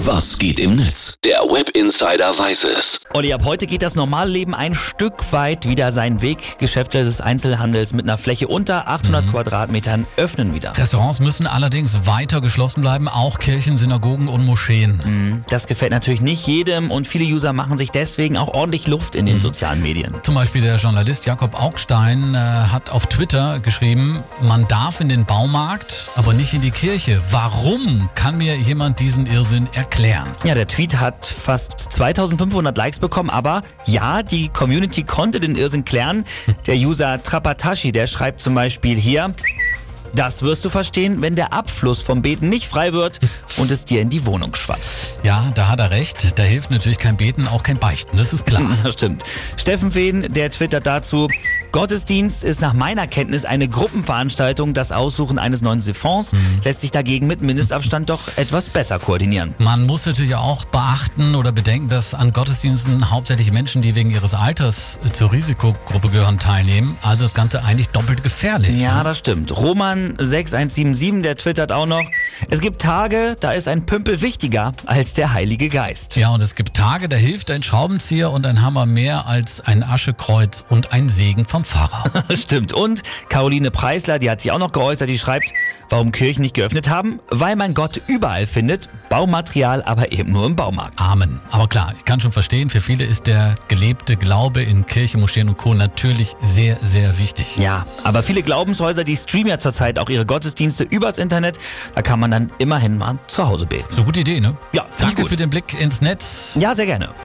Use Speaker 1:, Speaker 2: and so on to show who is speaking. Speaker 1: Was geht im Netz? Der Web Insider weiß es.
Speaker 2: Olli, ab heute geht das normale Leben ein Stück weit wieder seinen Weg. Geschäfte des Einzelhandels mit einer Fläche unter 800 Quadratmetern öffnen wieder.
Speaker 3: Restaurants müssen allerdings weiter geschlossen bleiben, auch Kirchen, Synagogen und Moscheen.
Speaker 2: Das gefällt natürlich nicht jedem und viele User machen sich deswegen auch ordentlich Luft in den sozialen Medien.
Speaker 3: Zum Beispiel der Journalist Jakob Augstein äh, hat auf Twitter geschrieben, man darf in den Baumarkt, aber nicht in die Kirche. Warum kann mir jemand diesen Irrsinn erklären?
Speaker 2: Ja, der Tweet hat fast 2500 Likes bekommen, aber ja, die Community konnte den Irrsinn klären. Der User Trapatashi, der schreibt zum Beispiel hier, das wirst du verstehen, wenn der Abfluss vom Beten nicht frei wird und es dir in die Wohnung schwappt.
Speaker 3: Ja, da hat er recht. Da hilft natürlich kein Beten, auch kein Beichten, das ist klar.
Speaker 2: Das stimmt. Steffen Fehn, der twittert dazu, Gottesdienst ist nach meiner Kenntnis eine Gruppenveranstaltung. Das Aussuchen eines neuen Siphons lässt sich dagegen mit Mindestabstand doch etwas besser koordinieren.
Speaker 3: Man muss natürlich auch beachten oder bedenken, dass an Gottesdiensten hauptsächlich Menschen, die wegen ihres Alters zur Risikogruppe gehören, teilnehmen. Also das Ganze eigentlich doppelt gefährlich.
Speaker 2: Ja,
Speaker 3: ne?
Speaker 2: das stimmt. Roman6177, der twittert auch noch, es gibt Tage, da ist ein Pümpel wichtiger als der Heilige Geist.
Speaker 3: ja, und es gibt Tage, da hilft ein Schraubenzieher und ein Hammer mehr als ein Aschekreuz und ein Segen vom Pfarrer.
Speaker 2: Stimmt. Und Caroline Preisler, die hat sich auch noch geäußert, die schreibt, warum Kirchen nicht geöffnet haben, weil man Gott überall findet, Baumaterial aber eben nur im Baumarkt.
Speaker 3: Amen. Aber klar, ich kann schon verstehen, für viele ist der gelebte Glaube in Kirche, Moscheen und Co. natürlich sehr, sehr wichtig.
Speaker 2: Ja, aber viele Glaubenshäuser, die streamen ja zurzeit auch ihre Gottesdienste übers Internet. Da kann man dann immerhin mal zu Hause beten.
Speaker 3: So gute Idee, ne?
Speaker 2: Ja, find ich
Speaker 3: Danke
Speaker 2: gut.
Speaker 3: für den Blick ins Netz.
Speaker 2: Ja, sehr gerne.